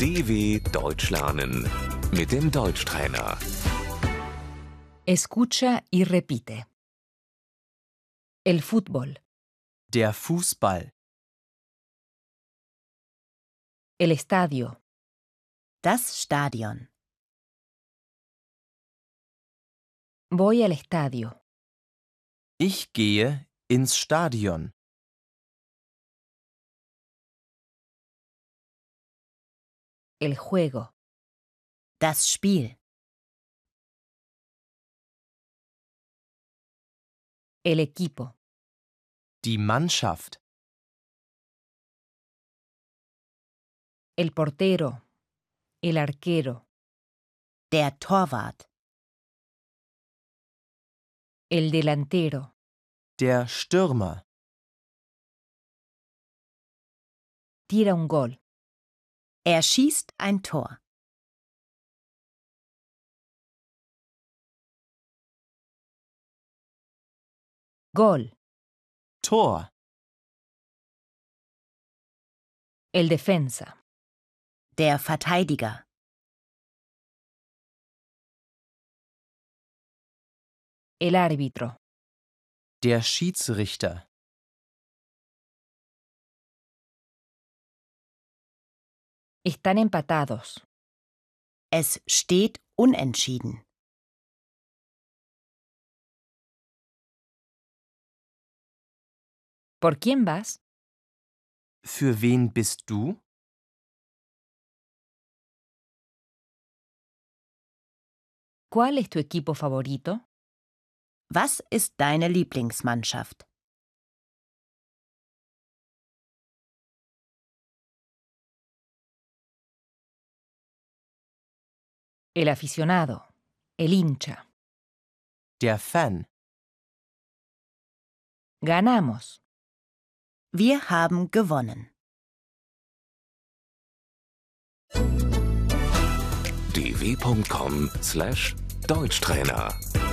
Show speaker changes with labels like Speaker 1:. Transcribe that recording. Speaker 1: DW Deutsch lernen mit dem Deutschtrainer.
Speaker 2: Escucha y repite. El fútbol,
Speaker 3: Der Fußball,
Speaker 2: el estadio,
Speaker 4: Das Stadion.
Speaker 2: voy al estadio,
Speaker 3: ich gehe ins Stadion,
Speaker 2: el juego,
Speaker 4: Das Spiel.
Speaker 2: el equipo,
Speaker 3: die Mannschaft,
Speaker 2: el portero, el arquero,
Speaker 4: Der Torwart.
Speaker 2: el delantero,
Speaker 3: der Stürmer,
Speaker 2: tira un gol,
Speaker 4: um Er schießt ein Tor.
Speaker 2: gol,
Speaker 3: Tor,
Speaker 2: el defensa,
Speaker 4: Der Verteidiger.
Speaker 2: el árbitro,
Speaker 3: der Schiedsrichter,
Speaker 2: están empatados,
Speaker 4: Es steht unentschieden.
Speaker 2: ¿por quién vas?
Speaker 3: Für wen bist du?
Speaker 2: ¿Cuál es tu equipo favorito?
Speaker 4: Was ist deine Lieblingsmannschaft?
Speaker 2: El aficionado, el hincha.
Speaker 3: Der Fan,
Speaker 2: Ganamos.
Speaker 4: Wir haben gewonnen.
Speaker 1: dw.com/deutschtrainer